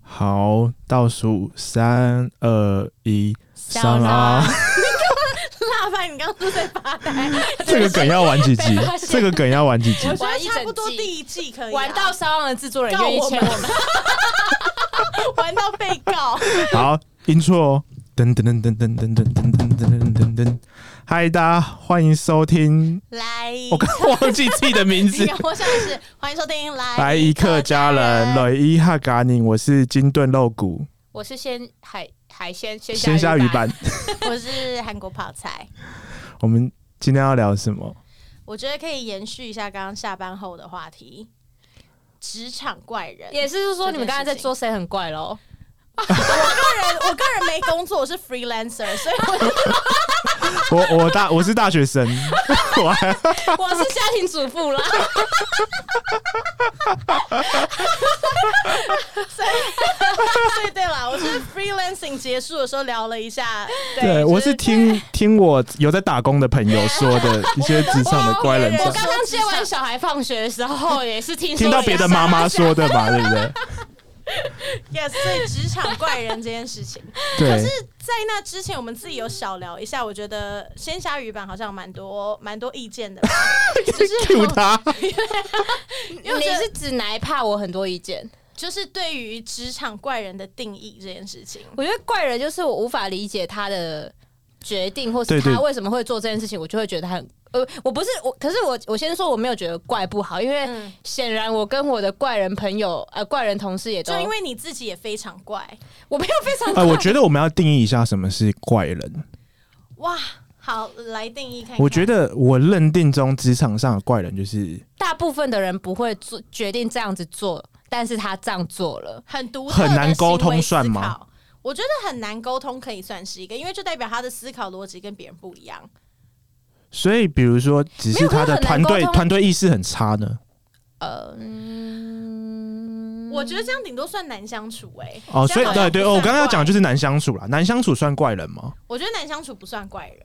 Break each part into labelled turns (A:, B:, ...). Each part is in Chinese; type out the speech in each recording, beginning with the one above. A: 好，倒数三二一，
B: 小
A: 上啦！
B: 你干嘛？辣 翻！你刚刚是不是在发呆？
A: 这个梗要玩几集
B: 被发？现
A: 这个梗要玩几集
C: 我？
B: 玩一
C: 觉得差不
B: 整
C: 多
B: 季
C: 第一季可以啊
B: 玩到骚浪的制作人
C: 告
B: 愿意
C: 我
B: 签
C: 们
B: 我 们，
C: 玩到被告，
A: 好，音错哦。噔噔噔噔噔噔噔噔噔噔噔噔噔。嗨，大家欢迎收听。
C: 来，
A: 我刚忘记自己的名字
C: 你。看我现在是欢迎收听来
A: 莱伊克家人，雷伊哈嘎宁，我是金盾肉骨
B: 我是鲜海海鲜鲜
A: 鲜虾鱼
B: 板，
A: 板。
C: 我是韩国泡菜。
A: 我们今天要聊什么？
C: 我觉得可以延续一下刚刚下班后的话题，职场怪人。
B: 也是就是说你们刚才在说谁很怪喽？
C: 个人，我个人没工作，我是 freelancer，所以
A: 我我大我是大学生，我还
B: 我是家庭主妇 啦，
C: 对对啦，我是 freelancing 结束的时候聊了一下，
A: 对，我
C: 就是
A: 听听我有在打工的朋友说的一些职场的乖人
B: 我
A: 讲，
B: 刚刚接完小孩放学的时候也是听
A: 听到别的妈妈说的嘛，对不对？
C: yes，所以职场怪人这件事情，
A: 对，
C: 在那之前我们自己有小聊一下，我觉得鲜虾鱼版好像蛮多蛮多意见的 吧，就是
A: Q 他，
C: 因为我
B: 你
C: 觉得
B: 是指哪一怕我很多意见？
C: 就是对于职场怪人的定义这件事情，
B: 我觉得怪人就是我无法理解他的决定，或
A: 对
B: 是
A: 对
B: 他为什么会做这件事情，我就会觉得他很呃，我不是我，可是我我先说我没有觉得怪不好，因为
C: 嗯
B: 显然我跟我的怪人朋友呃怪人同事也都
C: 就因为你自己也非常怪，
B: 我没有非常
A: 呃，我觉得我们要定义一下什么是怪人。
C: 哇，好来定义看看，
A: 我觉得我认定中职场上的怪人就是
B: 大部分的人不会做决定这样子做，但是他这样做了。
C: 很独特的
A: 很难沟通算吗
C: 行为思考？我觉得很难沟通可以算是一个，因为就代表他的思考逻辑跟别人不一样。
A: 所以，比如说，只
B: 没
A: 是
B: 有
A: 他的
B: 很难
A: 团
B: 沟
A: 队
B: 通
A: 团队意识很差呢。
B: 呃，嗯
C: 我觉得这样顶多算难相处哎、欸
A: 哦，所以
C: 这样好
A: 对
C: 像
A: 对，
C: 不
A: 哦
C: 算
A: 我刚刚要
C: 怪
A: 讲的就是难相处啦，难相处算怪人吗？
C: 我觉得难相处不算怪人，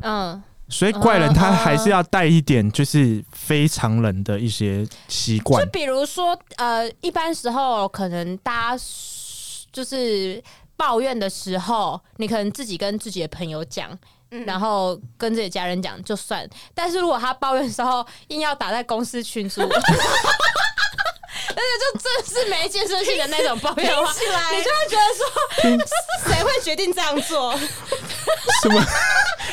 B: 嗯，
A: 所以怪人
B: 嗯
A: 他还是要带一点就是非常人的一些习惯
B: 就，比如说呃，一般时候可能大家就是抱怨的时候，你可能自己跟自己的朋友讲。
C: 嗯
B: 然后跟自己的家人讲就算，但是如果他抱怨的时候硬要打在公司群 组，而且就真的是没建设性的那种抱怨的话，
C: 听起来
B: 你就会觉得说，谁会决定这样做？
A: 什么？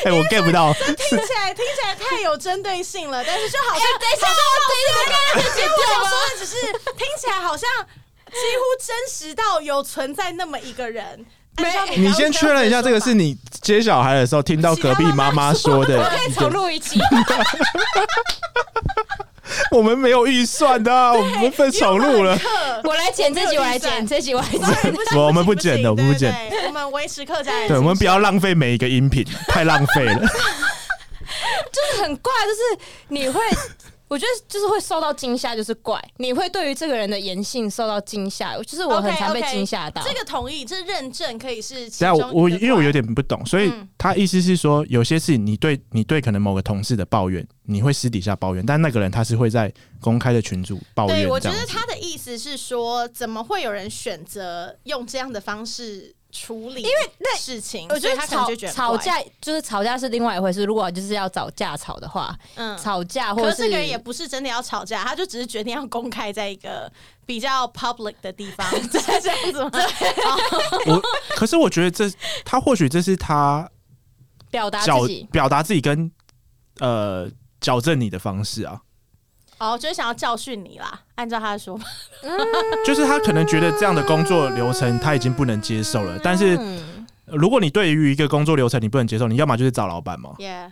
A: 哎、我 get 不到，
C: 听起来听起来太有针对性了，但是就好
B: 哎、
C: 像
B: 等一下，我等一下，
C: 因为我想说的只是听起来好像几乎真实到有存在那么一个人。
B: 没
C: 按照刚刚
A: 你先确认一下，这个是你接小孩的时候听到隔壁妈妈说
B: 我
A: 的
B: 可。以重录一集。
A: 我们没有预算的啊，我们分手录了。
C: 客，
B: 我来剪这集，我来剪这集，我来剪。
C: 不
A: 我们
C: 不
A: 不剪的我
C: 我
A: 们不剪，
C: 对对我们维持客家人。
A: 对，我们不要浪费每一个音频，太浪费 了。
B: 就是很怪，就是你会，我觉得就是会受到惊吓，就是怪，你会对于这个人的言性受到惊吓，就是我很常被
C: OK，OK，
B: 惊吓到。
C: 这个同意，这认证可以是其
A: 等下
C: 中一
A: 我
C: 个
A: 我因为我有
C: 怪
A: 点不懂，所以
C: 嗯
A: 他意思是说，有些事你对你对可能某个同事的抱怨，你会私底下抱怨，但那个人他是会在公开的群组抱怨
C: 对，我
A: 这
C: 觉
A: 样
C: 得
A: 子。
C: 他的意思是说，怎么会有人选择用这样的方式处理？因为
B: 那
C: 事情，
B: 我觉
C: 所
B: 得
C: 以他可能
B: 吵
C: 就觉得
B: 吵
C: 怪，
B: 架就是吵架是另外一回事，如果就是要找架吵的话，
C: 嗯。
B: 吵架或者
C: 可是这个人也不是真的要吵架，他就只是决定要公开在一个比较 public 的地方，哦是这样子吗？
A: 我可是我觉得这他或许这是他
B: 表达
A: 矫
B: 自己。
A: 表达自己跟呃矫正你的方式啊，
C: 哦，就是想要教训你啦，按照他的说法，
A: 就是他可能觉得这样的工作流程他已经不能接受了，但是
B: 嗯，
A: 如果你对于一个工作流程你不能接受，你要么就是找老板嘛，
C: 耶、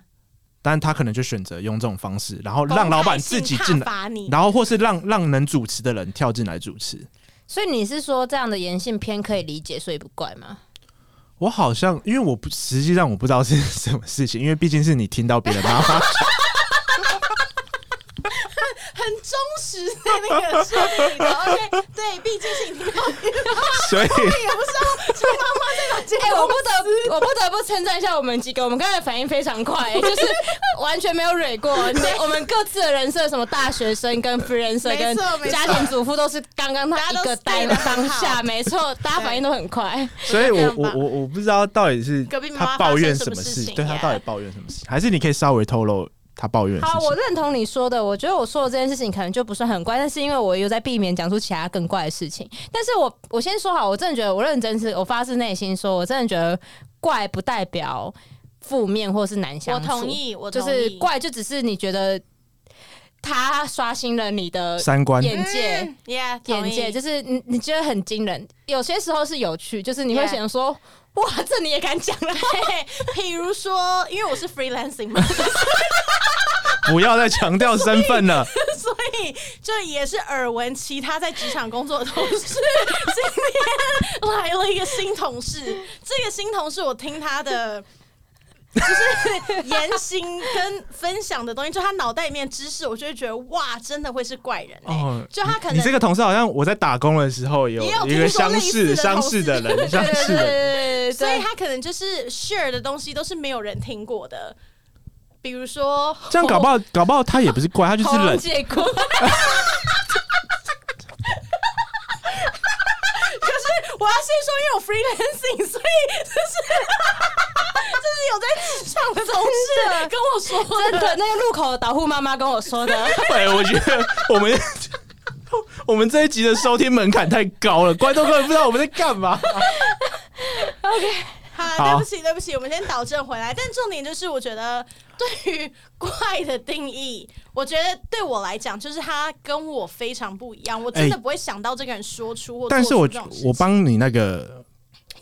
A: 但他可能就选择用这种方式，然后
C: yeah,，
A: 让老板自己进来。
C: 罚你，
A: 然后或是让让能主持的人跳进来主持。
B: 所以你是说这样的言性偏可以理解，所以不怪吗？
A: 我好像因为我不实际上我不知道是什么事情，因为毕竟是你听到别的妈妈
C: 很忠实在那个处理的。OK，对，毕竟是你听到
A: 所以
C: 也不知道是妈妈在哪接
B: 哎、我不得我不得不称赞一下我们几个，我们刚才反应非常快、欸就是 完全 没有蕊过。那我们各自的人设，什么大学生、跟 freelancer、
C: 没
B: 跟
C: 错没错
B: 家庭主妇，都是刚刚他
C: 大
B: 一
C: 家都
B: 个
C: stay
B: 单
C: 得很
B: 当
C: 好
B: 下，没错，大家反应都很快。
A: 所以
C: 这
A: 我
C: 样吧
A: 我我我不知道到底是
C: 隔壁妈妈
A: 他抱怨
C: 发生什么
A: 么
C: 事情
A: 对他
C: 耶
A: 到底抱怨什么事，还是你可以稍微透露他抱怨的事
B: 好，我
A: 情？
B: 认同你说的。我觉得我说的这件事情可能就不是很怪，但是因为我有在避免讲出其他更怪的事情。但是我我先说好，我真的觉得我认真是，我发自内心说，我真的觉得怪不代表负面或是难相
C: 我
B: 处。
C: 同，意，我
B: 就
C: 同
B: 是
C: 意。
B: 怪，就只是你觉得他刷新了你的
A: 三观
B: 眼界。
C: 嗯，yeah，同
B: 眼
C: 意
B: 界就是你，你觉得很惊人。有些时候是有趣，就是你会
C: Yeah
B: 想说哇，这你也敢讲啊了？
C: 对，比如说，因为我是 freelancing 嘛，
A: 不要再强调身份了。
C: 所以就也是耳闻其他在职场工作的同事，今天来了一个新同事。这个新同事，我听他的。就是言行跟分享的东西，就他脑袋里面的知识，我就会觉得哇，真的会是怪人、欸、
A: 哦
C: 就他可能
A: 你这个同事好像我在打工的时候有
C: 也有
A: 一
C: 听说
A: 个相
C: 类似的
A: 似相
C: 同
A: 似
C: 事
A: 的人，相
B: 对
A: 似
B: 对对
A: 的人。
B: 对对，
C: 所以他可能就是 share 的东西都是没有人听过的，比如说
A: 这样搞不好，搞不好他也不是怪，他就是
B: 喉咙
A: 冷。
B: 借哭。
C: 我要先说，因为我 freelancing，所以 就是就是有在职场
B: 啊
C: 的同啊事跟我说
B: 真的，那个路口的导护妈妈跟我说的，
A: 对，我觉得我们 我们这一集的收听门槛太高了，观众根本不知道我们在干嘛。
C: 好，
A: 好
C: 对不起，对不起，我们先导正回来。但重点就是，我觉得对于怪的定义，我觉得对我来讲，就是他跟我非常不一样。我真的
A: 哎
C: 不会想到这个人说出或
A: 但是
C: 做
A: 我
C: 出这种事
A: 我
C: 情
A: 帮你那个，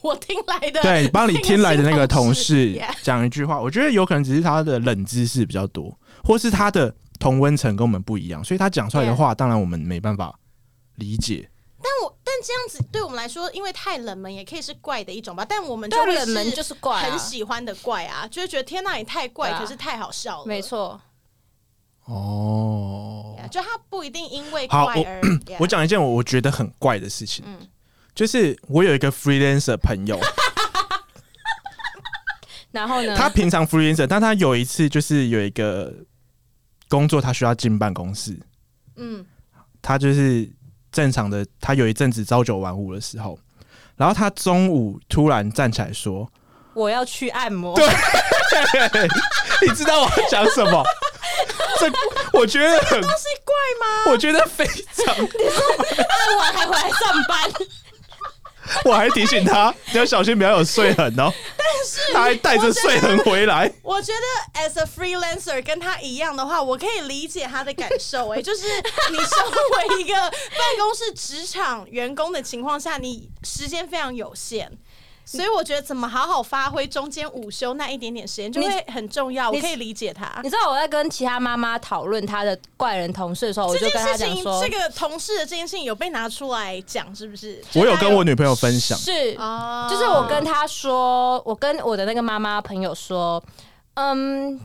C: 我听来的，
A: 对，帮你听来的那个同
C: 那
A: 事
C: 个新 Yeah
A: 讲一句话，我觉得有可能只是他的冷知识比较多，或是他的同温层跟我们不一样，所以他讲出来的话，当然我们没办法理解。
C: 但我但这样子对我们来说，因为太冷门，也可以是怪的一种吧。但我们就
B: 对
C: 会
B: 冷门 就是怪啊
C: 很喜欢的怪啊，就会觉得天呐，也太怪，
B: 对啊
C: 可是太好笑了。
B: 没错，
A: 哦
C: 对啊，就他不一定因为怪
A: 好
C: 而。yeah 嗯
A: 我讲一件我我觉得很怪的事情，就是我有一个 freelancer 朋 友，
B: 然后呢，
A: 他平常 freelancer，但他有一次就是有一个工作，他需要进办公室，
C: 嗯，
A: 他就是正常的，他有一阵子朝九晚五的时候，然后他中午突然站起来 说
B: 我要去按摩，：“
A: 你知道我要讲什么？”这我觉得很，
C: 是怪吗？
A: 我觉得非常，
B: 按完还回来上班，
A: 我还提醒他你要小心，不要有睡痕哦。但是他还带着睡痕回来，
C: 我觉得 as a freelancer 跟他一样的话，我可以理解他的感受、 哎，就是你身为一个办公室职场员工的情况下，你时间非常有限。
B: 嗯
C: 所以我觉得怎么好好发挥中间午休那一点点时间就会很重要，我
B: 你
C: 可以理解他
B: 你。知道我在跟其他妈妈讨论她的怪人同事的时候，我
C: 这
B: 就跟
C: 件
B: 她
C: 事
B: 讲
C: 情，
B: 说
C: 这，个同事的这件事情有被拿出来讲，是不是？
A: 我有跟我女朋友分享，
B: 是，
C: 哦
B: 就是我跟她说，我跟我的那个妈妈朋友说，嗯，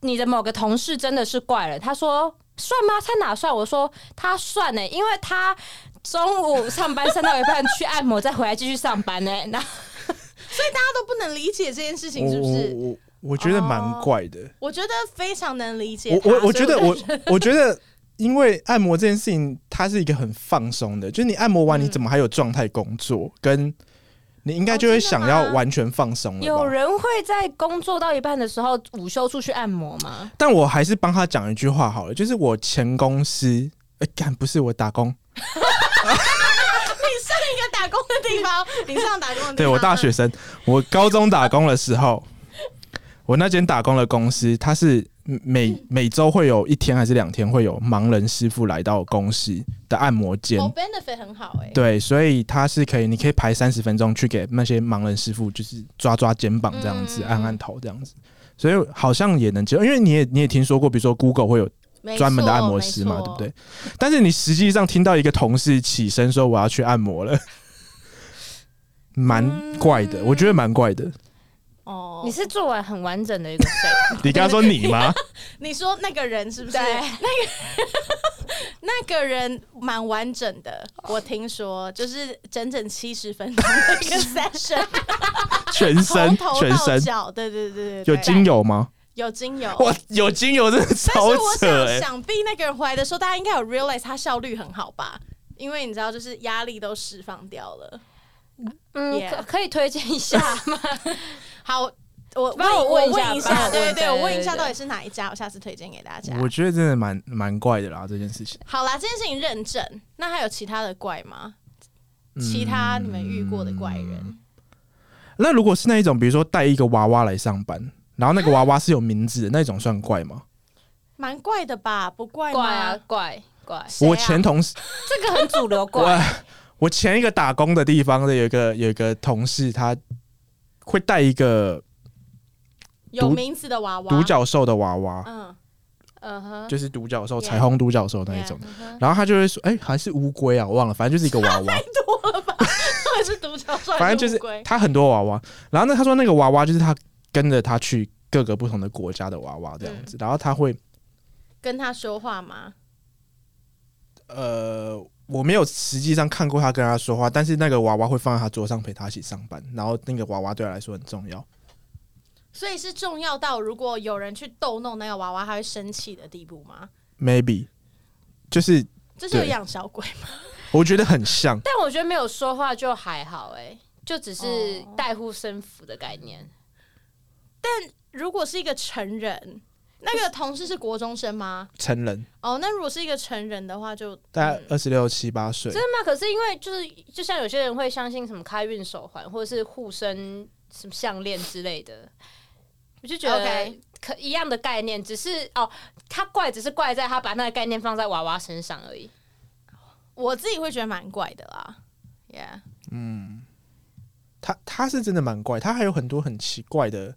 B: 你的某个同事真的是怪人，她说。算吗？他哪算？我说他算呢、因为他中午上班上到一半去按摩，再回来继续上班呢、欸 然后
C: 所以大家都不能理解这件事情，
A: 我
C: 是不
A: 我
C: 是？
A: 我我觉得蛮怪的。
C: 我觉得非常能理解
A: 我
C: 他。
A: 我我觉
C: 所以
A: 得
C: 就
A: 我我觉得，因为按摩这件事情，它是一个很放松的，就是你按摩完，你怎么还有状态工作？跟你应该就会想
C: 哦真的
A: 要
C: 吗
A: 完全放松了
B: 有
A: 吧？
B: 人会在工作到一半的时候午休出去按摩吗？
A: 但我还是帮他讲一句话好了，就是我前公司，哎、干不是我打工，
C: 你上一个打工的 地方，你上打工的地方，嗯
A: 对我大学生，我高中打工的时候，我那间打工的公司，它是每每周会有一天还是两天会有盲人师傅来到公司的按摩间
C: 我、，benefit 很好哎、
A: 对，所以他是可以，你可以排三十分钟去给那些盲人师傅，就是抓抓肩膀这样子，
C: 嗯
A: 按按头这样子。所以好像也能接受，因为你也你也听说过，比如说 Google 会有
C: 对
A: 专门的按摩师嘛，对不？对？但是你实际上听到一个同事起身说我要
C: 嗯
A: 去按摩了，蛮怪的，我觉得蛮怪的。
C: 哦，
B: 你是做完很完整的一个 set，
A: 你刚刚说你 吗？
C: 你说那个人是不是？
B: 对
C: 那个 那个人蛮完整的，我听说就是整整七十分钟的一个 session，
A: 全身
C: 从头
A: 全
C: 到
A: 身
C: 脚，对对对对
A: 有
C: 对，
A: 精油吗？
C: 有精油。
A: 哇，有精油真的
C: 但
A: 超
C: 是我
A: 扯
C: 想，
A: 哎、
C: 想必那个人回来的时候，大家应该有 realize 他效率很好吧？因为你知道，就是压力都释放掉了。
B: 嗯，
C: Yeah
B: 可可以推荐一下吗？
C: 好，我我
B: 帮我
C: 问
B: 问一下
C: 一
B: 帮
C: 下，
B: 我
C: 对
B: 问
C: 对，
B: 对
C: 我问
B: 对
C: 一下
B: 对
C: 到底是哪一家，我下次推荐给大家。
A: 我觉得真的蛮蛮怪的啦，这件事情。
C: 好啦，这件事情认证。那还有其他的怪吗？
A: 嗯
C: 其他你们遇过的怪人？
A: 那如果是那一种，比如说带一个娃娃来上班，然后那
C: 啊
A: 个娃娃是有名字的那种，算怪吗？
C: 蛮怪的吧？不怪吗？
B: 怪 啊，怪怪，
C: 谁啊
A: 我前同事，
B: 这个很主 流怪，
A: 我我前一个打工的地方的有一个有一个同事，他会带一个
C: 有名字的娃娃，
A: 独角兽的娃娃，
C: 嗯，
B: 嗯哼，
A: 就是独角兽、
C: Yeah
A: 彩虹独角兽那一种。
B: 嗯哼
A: 然后他就会说：“哎、还是乌龟啊，我忘了，反正就是一个娃娃，
C: 多了吧？ 还是独角兽，
A: 反正
C: 还
A: 就是
C: 乌龟
A: 他很多娃娃。”然后呢，他说那个娃娃就是他跟着他去各个不同的国家的娃娃这样子。
C: 嗯
A: 然后他会
C: 跟他说话吗？
A: 呃，我没有实际上看过他跟他说话，但是那个娃娃会放在他桌上陪他一起上班，然后那个娃娃对他来说很重要。
C: 所以是重要到如果有人去逗弄那个娃娃，他会生气的地步吗？
A: Maybe 就是
C: 这是有
A: 对
C: 养小鬼吗？
A: 我觉得很像，
B: 但我觉得没有说话就还好、欸，就只是
C: 哦嗯
B: 代护身符的概念。
C: 如果是一个成人，那个同事是国中生吗？
A: 成人
C: 哦，那如果是一个成人的话就，
A: 大概
C: 嗯
A: 二十六七八岁
B: 真，的吗？可是因为就是就像有些人会相信什么开运手环或者是护身什么项链之类的，我就觉得
C: OK
B: 可一样的概念，只是哦，他怪只是怪在他把那个概念放在娃娃身上而已。
C: 我自己会觉得蛮怪的啦。Yeah，
A: 他他是真的蛮怪，他还有很多很奇怪的，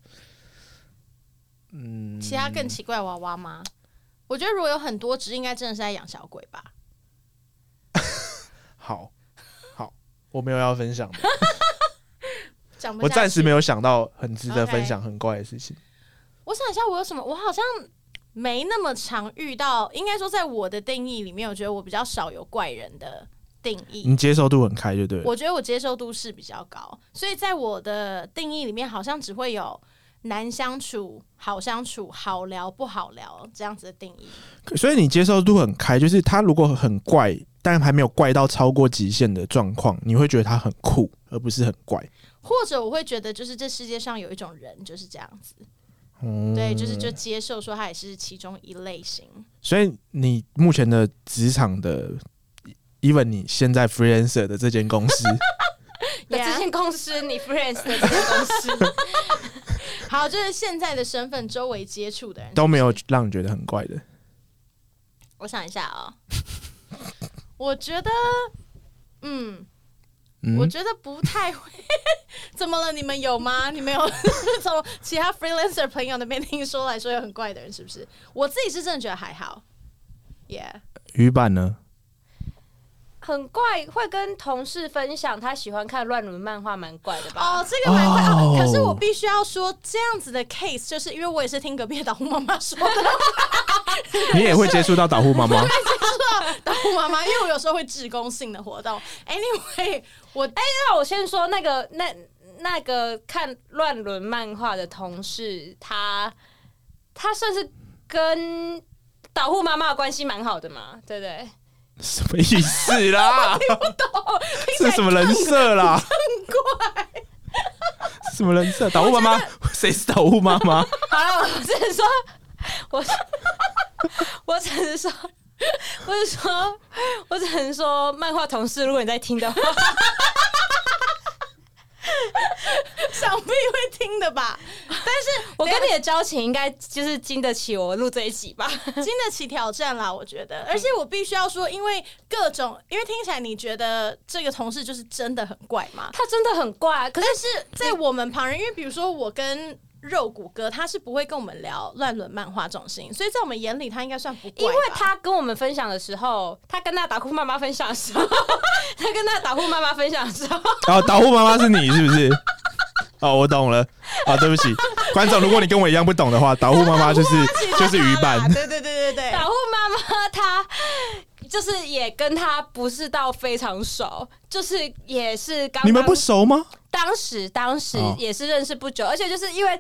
A: 嗯
C: 其他更奇怪的娃娃吗？我觉得如果有很多只，应该真的是在养小鬼吧。
A: 好好，我没有要分 享的，
C: 讲不
A: 我
C: 下去
A: 暂时没有想到很值得
C: OK
A: 分享很怪的事情。
C: 我想一下，我有什么？我好像没那么常遇到，应该说在我的定义里面，我觉得我比较少有怪人的定义。
A: 你接受度很开，就对了。
C: 我觉得我接受度是比较高，所以在我的定义里面，好像只会有难相处、好相处、好聊不好聊这样子的定义。
A: 所以你接受度很开，就是他如果很怪，但还没有怪到超过极限的状况，你会觉得他很酷，而不是很怪。
C: 或者我会觉得，就是这世界上有一种人就是这样子，
A: 嗯
C: 对，就是就接受说他也是其中一类型。
A: 所以你目前的职场的，even 你现在 freelancer 的这间公 司，
B: 那
C: Yeah
B: 这间公司，你 friends 的这间公 司，
C: 好，就是现在的身份，周围接触的人
A: 都没有让你觉得很怪的。
C: 我想一下啊、我觉得，嗯，我
A: 嗯，
C: 觉得不太会。 怎么了？你们有吗？你们有 从其他 freelancer 朋友那边听说来说有很怪的人，是不是？我自己是真的觉得还好，Yeah，
A: 鱼板呢？
B: 很怪，会跟同事分享他喜欢看乱伦漫画，蛮怪的吧？
C: 哦，这个蛮怪、
A: 哦
C: 哦。可是我必须要说，这样子的 case，就是因为我也是听隔壁的导护妈妈说的，
A: 你也会接触到导护妈妈？
C: 导护妈妈，因为我有时候会志工性的活动。Anyway，我
B: 那我先说那个那那个看乱伦漫画的同事，他他算是跟导护妈妈的关系蛮好的嘛，对不对？
A: 什么意思 啦？这什么人设啦？什么人设？导护妈妈？谁是导护妈妈？
B: 好了，我只是说，我我只是说，我只是说，我只能说，漫画同事，如果你在听的话，
C: 想必会听的吧。
B: 我跟你的交情应该就是经得起我录这一集吧？
C: 经得起挑战啦，我觉得。而且我必须要说，因为各种，因为听起来你觉得这个同事就是真的很怪嘛？
B: 他真的很怪，啊可是
C: 但是在我们旁人，因为比如说我跟肉骨哥，他是不会跟我们聊乱伦漫画这种事情，所以在我们眼里他应该算不怪
B: 因
C: 吧。
B: 为他跟我们分享的时候，他跟他打呼妈妈分享的 时候，他跟他打呼妈妈分享的时候，
A: 哦，导护妈妈是你是不是？哦，我懂了。啊，对不起，观众，如果你跟我一样不懂的话，导护妈妈就是就是鱼
C: 啊
A: 板。
C: 对对对对对，
B: 保护妈妈她就是也跟她不是到非常熟，就是也是刚
A: 你们
B: 刚
A: 不熟吗？
B: 当时当时
A: 哦
B: 也是认识不久，而且就是因为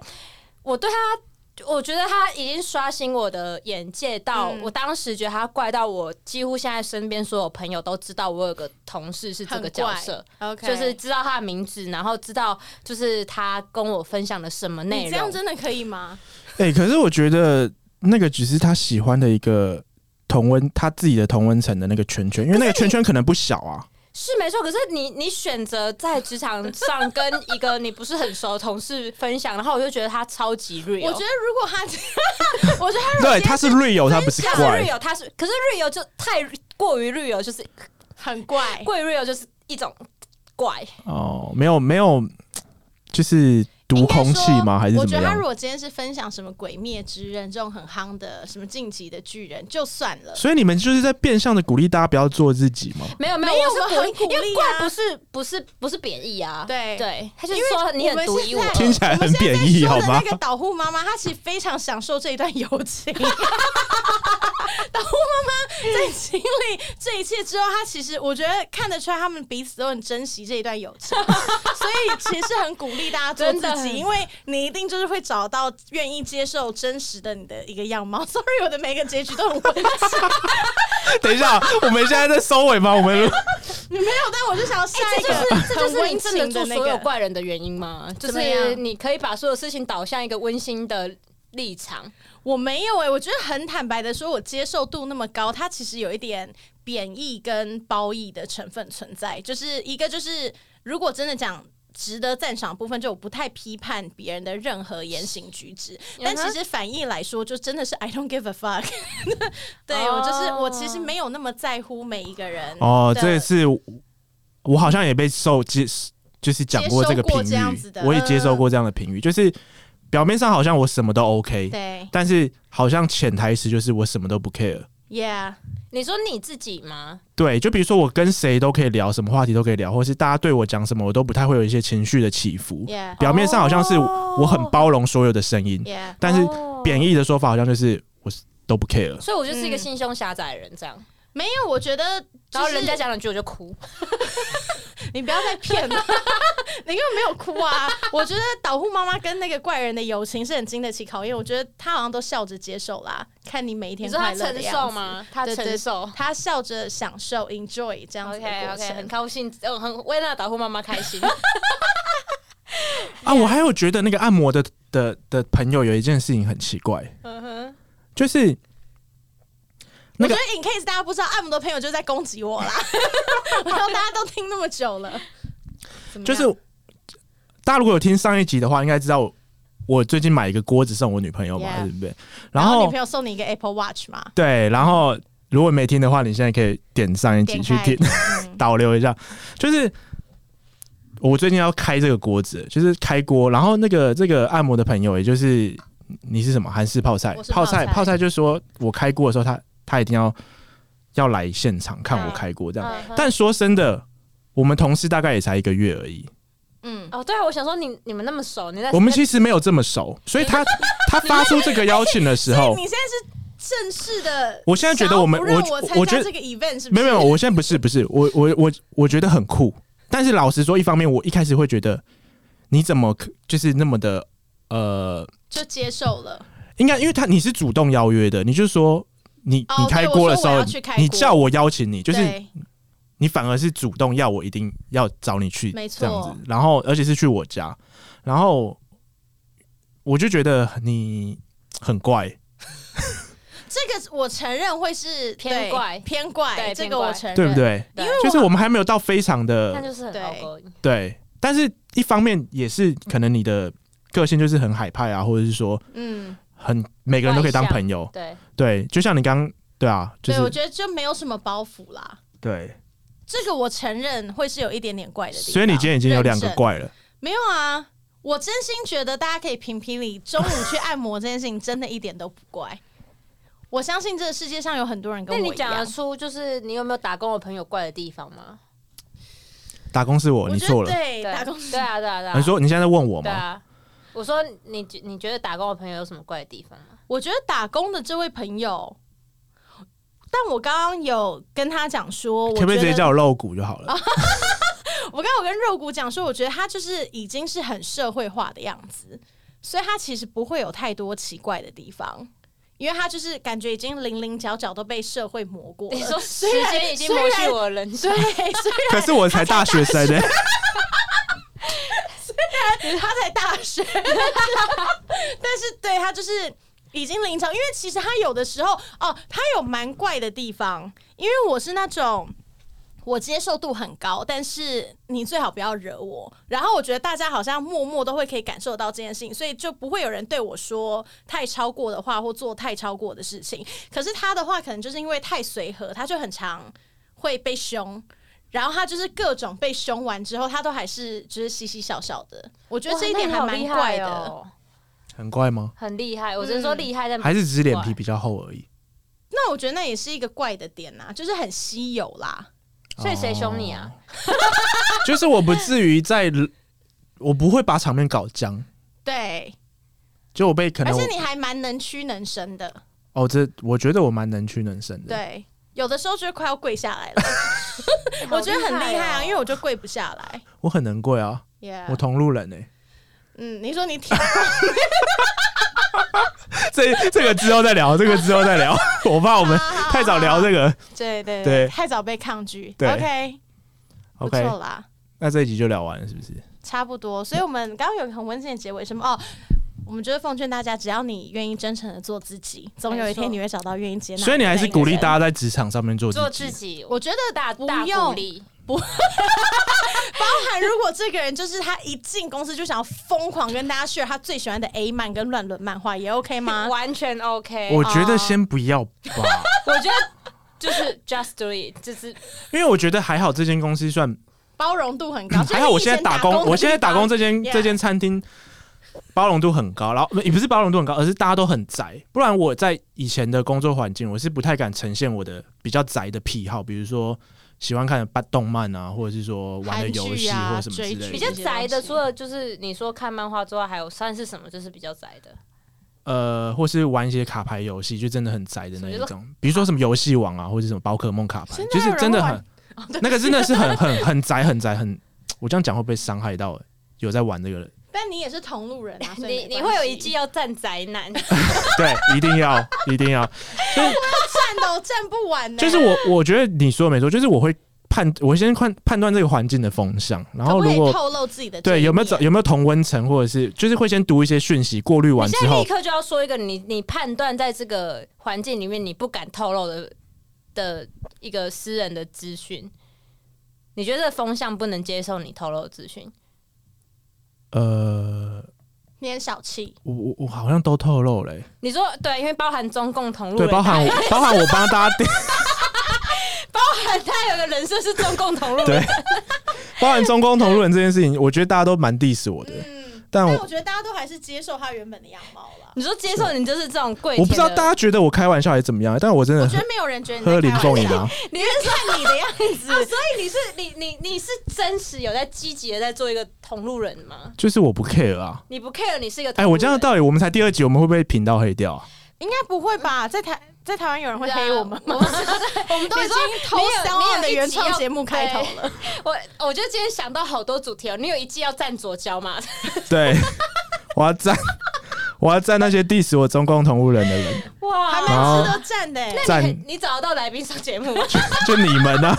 B: 我对他，我觉得他已经刷新我的眼界到，
C: 嗯
B: 我当时觉得他怪到我几乎现在身边所有朋友都知道我有个同事是这个角色。
C: o k
B: 就是知道他的名字，然后知道就是他跟我分享的什么内
C: 你这样
B: 容。
C: 真的可以吗？
A: 哎、可是我觉得那个只是他喜欢的一个同温，他自己的同温层的那个圈圈，因为那个圈圈可能不小啊。
B: 是没错，可是你你选择在职场上跟一个你不是很熟的同事分享，然后我就觉得他超级 real。
C: 我觉得如果他， 我觉得他
A: 对，他是 real，他不是
B: 他是
A: 怪。
B: real，他是可是 real 就太过于 real，就是
C: 很怪，
B: 贵 real 就是一种怪，
A: 哦，没有没有，就是读空气吗？还是
C: 我
A: 怎
C: 觉
A: 么
C: 得他
A: 样
C: 如？果今天是分享什么《鬼灭之刃》这种很夯的，什么《晋级的巨人》，就算了。
A: 所以你们就是在变相的鼓励大家不要做自己 吗？
B: 没有
C: 没
B: 没
C: 有
B: 有，
C: 我们
B: 是
C: 很鼓励啊
B: 因为怪不是不是不是贬义啊，
C: 对
B: 对，他就是说你很独一无
C: 因为我
B: 二，
C: 们现在
A: 听起来很贬义，好
C: 我们现在在说
A: 吗
C: 的？那个导护妈妈，她其实非常享受这一段友情。 导护妈妈在经历这一切之后，她其实我觉得看得出来，他们彼此都很珍惜这一段友 情，所以其实是很鼓励大家做
B: 真的
C: 自己，
B: 很
C: 因为你一定就是会找到愿意接受真实的你的一个样貌。Sorry，我的 每个结局都很温馨，
A: 等一下，我们现在在收尾吗？我们
C: 没有，但我就想要下
B: 哎这
C: 一
B: 就
C: 个
B: 是这就
C: 很
B: 是
C: 温
B: 你
C: 情
B: 镇
C: 的
B: 得
C: 那个
B: 住所有怪人的原因吗？就
C: 怎么样
B: 是你可以把所有事情导向一个温馨的立场，
C: 我没有哎、我觉得很坦白的说，我接受度那么高，它其实有一点贬义跟褒义的成分存在。就是一个就是，如果真的讲值得赞赏的部分，就我不太批判别人的任何言行举止，但
B: 嗯哼
C: 其实反义来说，就真的是 I don't give a fuck 对、
B: 哦
C: 我就是我其实没有那么在乎每一个人
A: 哦，
C: 的
A: 这一次我我好像也被受接，就是讲过这个评
C: 接受过这样子
A: 语
C: 的，
A: 我也接受过这样的评语，就是表面上好像我什么都 OK，
C: 对
A: 但是好像潜台词就是我什么都不 care。
C: ，Yeah，
B: 你说你自己吗？
A: 对，就比如说我跟谁都可以聊，什么话题都可以聊，或是大家对我讲什么，我都不太会有一些情绪的起伏。
C: Yeah
A: 表面上好像是
C: 哦
A: 我很包容所有的声音，
C: Yeah，
A: 但是
B: 哦
A: 贬义的说法好像就是我都不 care。啊
B: 所以我就是一个
C: 嗯
B: 心胸狭窄的人，这样，
C: 没有，我觉得、就是、
B: 然后人家讲两句我就哭，
C: 你不要再骗了， 你根本没有哭啊！ 我觉得导护妈妈跟那个怪人的友情是很经得起考验，我觉得她好像都笑着接受啦。看你每一
B: 你
C: 天
B: 说
C: 快
B: 他
C: 乐
B: 承
C: 的
B: 受
C: 样子，
B: 吗？他
C: 对对
B: 承受。
C: 她笑着享受 enjoy 这样子的
B: OK
C: 过
B: OK，很
C: 程。
B: 高兴，嗯，很为那导护妈妈开 心。
A: 啊，我还有觉得那个按摩的的的朋友有一件事情很奇怪，
B: 嗯哼，
A: 就是那个
C: 我觉得 in case 大家不知道，按摩的朋友就在攻击我啦。 我知道大家都听那么久了，
B: 怎么
A: 就
B: 样
A: 是大家如果有听上一集的话，应该知道我我最近买一个锅子送我女朋友嘛
C: Yeah
A: 对不对？然
C: 然后女
A: 后
C: 朋友送你一个 Apple Watch 嘛，
A: 对，然后如果没听的话，你现在可以点上一集
C: 点
A: 去
C: 开
A: 听，
C: 嗯
A: 导流一下，就是。我最近要开这个锅子，就是开锅，然后那个这个按摩的朋友，也就是你是什么韩式泡菜
C: 我是，泡
A: 泡菜
C: 菜
A: 泡菜，就说我开锅的时候，他他一定要要来现场看我
C: 嗯
A: 开锅这样。
B: 嗯哼
A: 但说真的，我们同事大概也才一个月而已，
C: 嗯，
B: 哦，对啊，我想说你你们那么熟，你在
A: 我们其实没有这么熟，所以他他发出这个邀请的时
C: 所以
A: 候
C: 你，现在是正式的，
A: 我现在觉得我们
C: 想要不让
A: 我
C: 我参
A: 我觉
C: 加
A: 得
C: 这个 event 是不
A: 没
C: 是
A: 有没有，我现在不是不是，我我我我觉得很酷，但是老实说，一方面我一开始会觉得你怎么可就是那么的呃，
C: 就接受了，
A: 应该因为他你是主动邀约的，你就说你
C: 哦
A: 你开
C: 对我
A: 锅的
C: 说
A: 时
C: 我
A: 候
C: 要去开，
A: 你
C: 锅
A: 叫我邀请你，就是
C: 对
A: 你反而是主动要我一定要找你去，
C: 没错
A: 这样子，然后而且是去我家，然后我就觉得你很怪。
C: 这个我承认会是
B: 偏
C: 对
B: 怪
C: 偏怪，
B: 对
C: 这
B: 偏
C: 个
B: 怪
C: 我承认，
A: 对不？对？
B: 因
C: 因为
A: 就是我们还没有到非常
B: 他
A: 的
B: 就是很
C: 对
B: outgoing
A: 对，但是一方面也是可能你的个性就是很海派啊，或者是说
C: 嗯，
A: 很每个人都可以当朋友，
B: 对，
A: 对，就像你刚对啊，就
C: 对，我
A: 是
C: 觉得就没有什么包袱啦。
A: 对，
C: 这个我承认会是有一点点怪的地方。
A: 所以你今天已经有两
C: 认
A: 个
C: 证
A: 怪了，
C: 没有啊？我真心觉得大家可以评评理，中午去按摩这件事情真的一点都不怪。我相信这个世界上有很多人跟
B: 那
C: 我一
B: 你
C: 样
B: 讲得出就是你有没有打工的朋友怪的地方吗？
A: 打工是我，哦你
C: 觉得
A: 错了。
C: 对，
B: 对
C: 哎打工
B: 对啊对啊对啊，
A: 你说你现在在问我
B: 对
A: 吗？
B: 啊。我说你觉你觉得打工的朋友有什么怪的地方吗？
C: 我觉得打工的这位朋友，但我刚刚有跟他讲说，我
A: 可不可以直
C: 觉
A: 接
C: 得
A: 叫我露骨就好了？
C: 我刚刚有跟肉骨讲说，我觉得他就是已经是很社会化的样子，所以他其实不会有太多奇怪的地方，因为他就是感觉已经零零角角都被社会磨过了。
B: 你说时
C: 呃虽然
B: 间已经磨去我的人生，
C: 对，所
A: 可是我才大学生呢、欸
C: 以他才大学，但是对他就是已经零角，因为其实他有的时候哦，他有蛮怪的地方，因为我是那种。我接受度很高，但是你最好不要惹我。然后我觉得大家好像默默都会可以感受到这件事情，所以就不会有人对我说太超过的话或做太超过的事情。可是他的话，可能就是因为太随和，他就很常会被凶。然后他就是各种被凶完之后，他都还是就是嘻嘻笑笑的。我觉得这一点
B: 哇
C: 还
B: 那
C: 蛮
B: 你好
C: 怪
B: 厉
C: 的。嗯
B: 害哦
A: 很怪吗？
B: 很厉害。我只是说厉害，但不
A: 还是只是脸皮
B: 怪
A: 比较厚而已？
C: 那我觉得那也是一个怪的点呐、就是很稀有啦。
B: 所以谁凶你啊？
A: 哦就是我不至于在，我不会把场面搞僵。
C: 对，
A: 就我被可
C: 而
A: 能我
C: 且你还蛮能屈能伸的。
A: 哦，这我觉得我蛮能屈能伸的。
C: 对，有的时候就快要跪下来 了，
B: 哦
C: 我觉得很厉害啊，因为我就跪不下来。
A: 我很能跪啊，我
C: Yeah，
A: 同路人呢、欸
C: 嗯，你说你挺，
A: 这这个之后再聊，这个之后再 聊。我怕 我们
C: 啊
A: 太早聊这个。
C: 对对
A: 对
C: 太早被抗拒。
A: 对
C: OK，不
A: OK，
C: 错啦，
A: 那这一集就聊完了，是不是？
C: 差不多。所以我们刚刚有个很温馨的结尾，什么哦？我们就是奉劝大家，只要你愿意真诚的做自己，总有一天你会找到愿意接纳的那一个人。
A: 所以你还是鼓励大家在职场上面做
B: 做
A: 自
B: 自
A: 己。
B: 己，我
C: 我觉得
B: 大
C: 不
B: 大鼓
C: 用
B: 励。
C: 包含如果这个人就是他一进公司就想要疯狂跟大家 share 他最喜欢的 A 漫跟乱伦漫画，也 OK 吗？
B: 完全 OK，啊
A: 我觉
C: 啊
A: 得先不 要吧，
B: 我觉得就是 just do it，就是
A: 因为我觉得还好，这间公司算
C: 包容度很高。
A: 还好。我现在打工，我现在打工这
C: 这
A: 间
C: Yeah
A: 这间餐厅包容度很高，然后也不是包容度很高，而是大家都很宅。不然我在以前的工作环境，我是不太敢呈现我的比较宅的癖好，比如说喜欢看的动漫啊，或者是说玩的游
C: 韩剧
A: 戏
C: 啊
A: 或什么之类
C: 追
A: 的。
C: 剧
B: 比较宅的。除了就是你说看漫画之外，还有算是什么？就是比较宅的，
A: 呃，或是玩一些卡牌游戏，就真的很宅的那一种，比如说什么游戏王啊，或者什么宝可梦卡牌
C: 现，
A: 就
C: 在有
A: 是
C: 人
A: 真的
C: 玩
A: 很，那个真的是很很很宅很宅很，我这样讲会不会伤害到有在玩这个人？
C: 但 你也是同路人啊，所以
B: 你
C: 没
B: 你
C: 关
B: 会
C: 系
B: 有一季要站宅男，
A: 对，一定要一定要，
C: 站都站不完呢。
A: 就是我我觉得你说的没错，就是我会判，我先判判断这个环境的风向，然
C: 可
A: 后
C: 不可
A: 如
C: 以
A: 果
C: 透露自己的这
A: 对
C: 一面
A: 有没有找有没有同温层，或者是就是会先读一些讯息，过滤完
B: 你
A: 之
B: 现在
A: 后
B: 立，刻就要说一个你你判断在这个环境里面你不敢透露的的一个私人的资讯。你觉得风向不能接受你透露的资讯？
A: 呃，
C: 你很小气，
A: 我我我好像都透露了欸、
B: 你说对，因为包含中共同路
A: 对，
B: 人，
A: 包含我包含我帮大家定，
B: 他 他有个人设是中共同路
A: 对
B: 人，，
A: 包含中共同路人这件事情，我觉得大家都蛮 diss 我的，
C: 嗯，
A: 但
C: 但
A: 我
C: 我觉得大家都还是接受他原本的样貌啦。
B: 你说接受你就是这种跪，
A: 我不知道大家觉得我开玩笑还是怎么样，但我真
C: 我
A: 的
C: 觉得没有人觉得你
A: 喝
C: 在
A: 林
C: 开玩
A: 凤营
C: 笑
A: 啊，
B: 你是
C: 看你的样子，
B: 啊，所以你是你你你是真实有在积极的在做一个同路人吗？
A: 就是我不 care 啊。
B: 你不 care 你是一个
A: 哎、
B: 同路人
A: 我这样的道理，我们才第二集，我们会不会频道黑掉 啊？
C: 应该不会吧？在台在台湾有人会黑啊我们吗？
B: 我不知道我们都已
C: 你
B: 经
C: 说偷香望的原创节目开头
B: 了。
C: 了，
B: 我我就今天想到好多主题哦，你有一季要站左交嘛？
A: 对，我要站，我要站那些 diss 我中共同路人的人，
B: 哇！
C: 还蛮值得赞的欸。
B: 那你
A: 站
B: 很你找得到来宾上节目吗，
A: 就你们啊，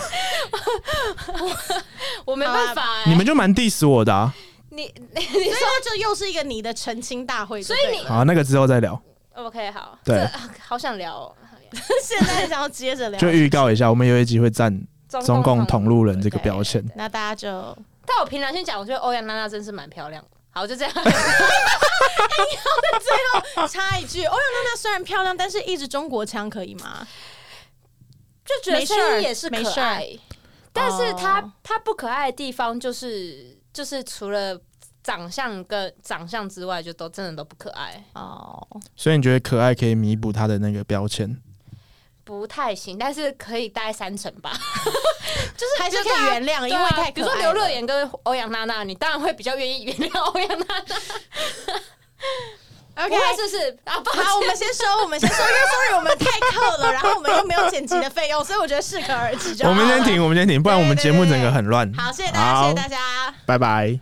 B: 我没
C: 啊
B: 办法、欸。
A: 你们就蛮 diss 我的啊。
B: 你你你
C: 所以这就又是一个你的澄清大会就
B: 所
C: 对了，
B: 以你
A: 好，那个之后再聊，
B: OK 好，
A: 对
B: 这好想聊、哦。
C: 现在想要接着聊，
A: 就预告一下，我们有一集会站中共同路人这个标签。
C: 那大家就
B: 但我凭良心讲，我觉得欧阳娜娜真是蛮漂亮的。好， 就这样。
C: 插一句，哦欧阳娜娜虽然漂亮，但是一直中国腔可以吗？
B: 就觉得
C: 没事
B: 声
C: 儿
B: 音也是可
C: 没事
B: 爱
C: 儿，
B: 但是他、
C: 哦
B: 他不可爱的地方就是就是除了长相跟长相之外，就都真的都不可爱。
C: 哦，
A: 所以你觉得可爱可以弥补他的那个标签？
B: 不太行，但是可以大概三成吧。
C: 就是还是可以原谅，
B: 对
C: 因
B: 啊
C: 为太
B: 比
C: 可
B: 如说
C: 爱
B: 刘
C: 了
B: 若妍跟欧阳娜娜，你当然会比较愿意原谅欧阳娜娜，不
C: OK，
B: 会是不是啊？不
C: 好，我们先收，我们先收，因为 sorry 我们太扣了，然后我们又没有剪辑的费用，所以我觉得适可而止就好
A: 我
C: 了。
A: 们先停，我们先停，不然我们节目整个很乱。
C: 好，谢谢大家，谢谢大
A: 家，
C: 家。
A: 拜拜。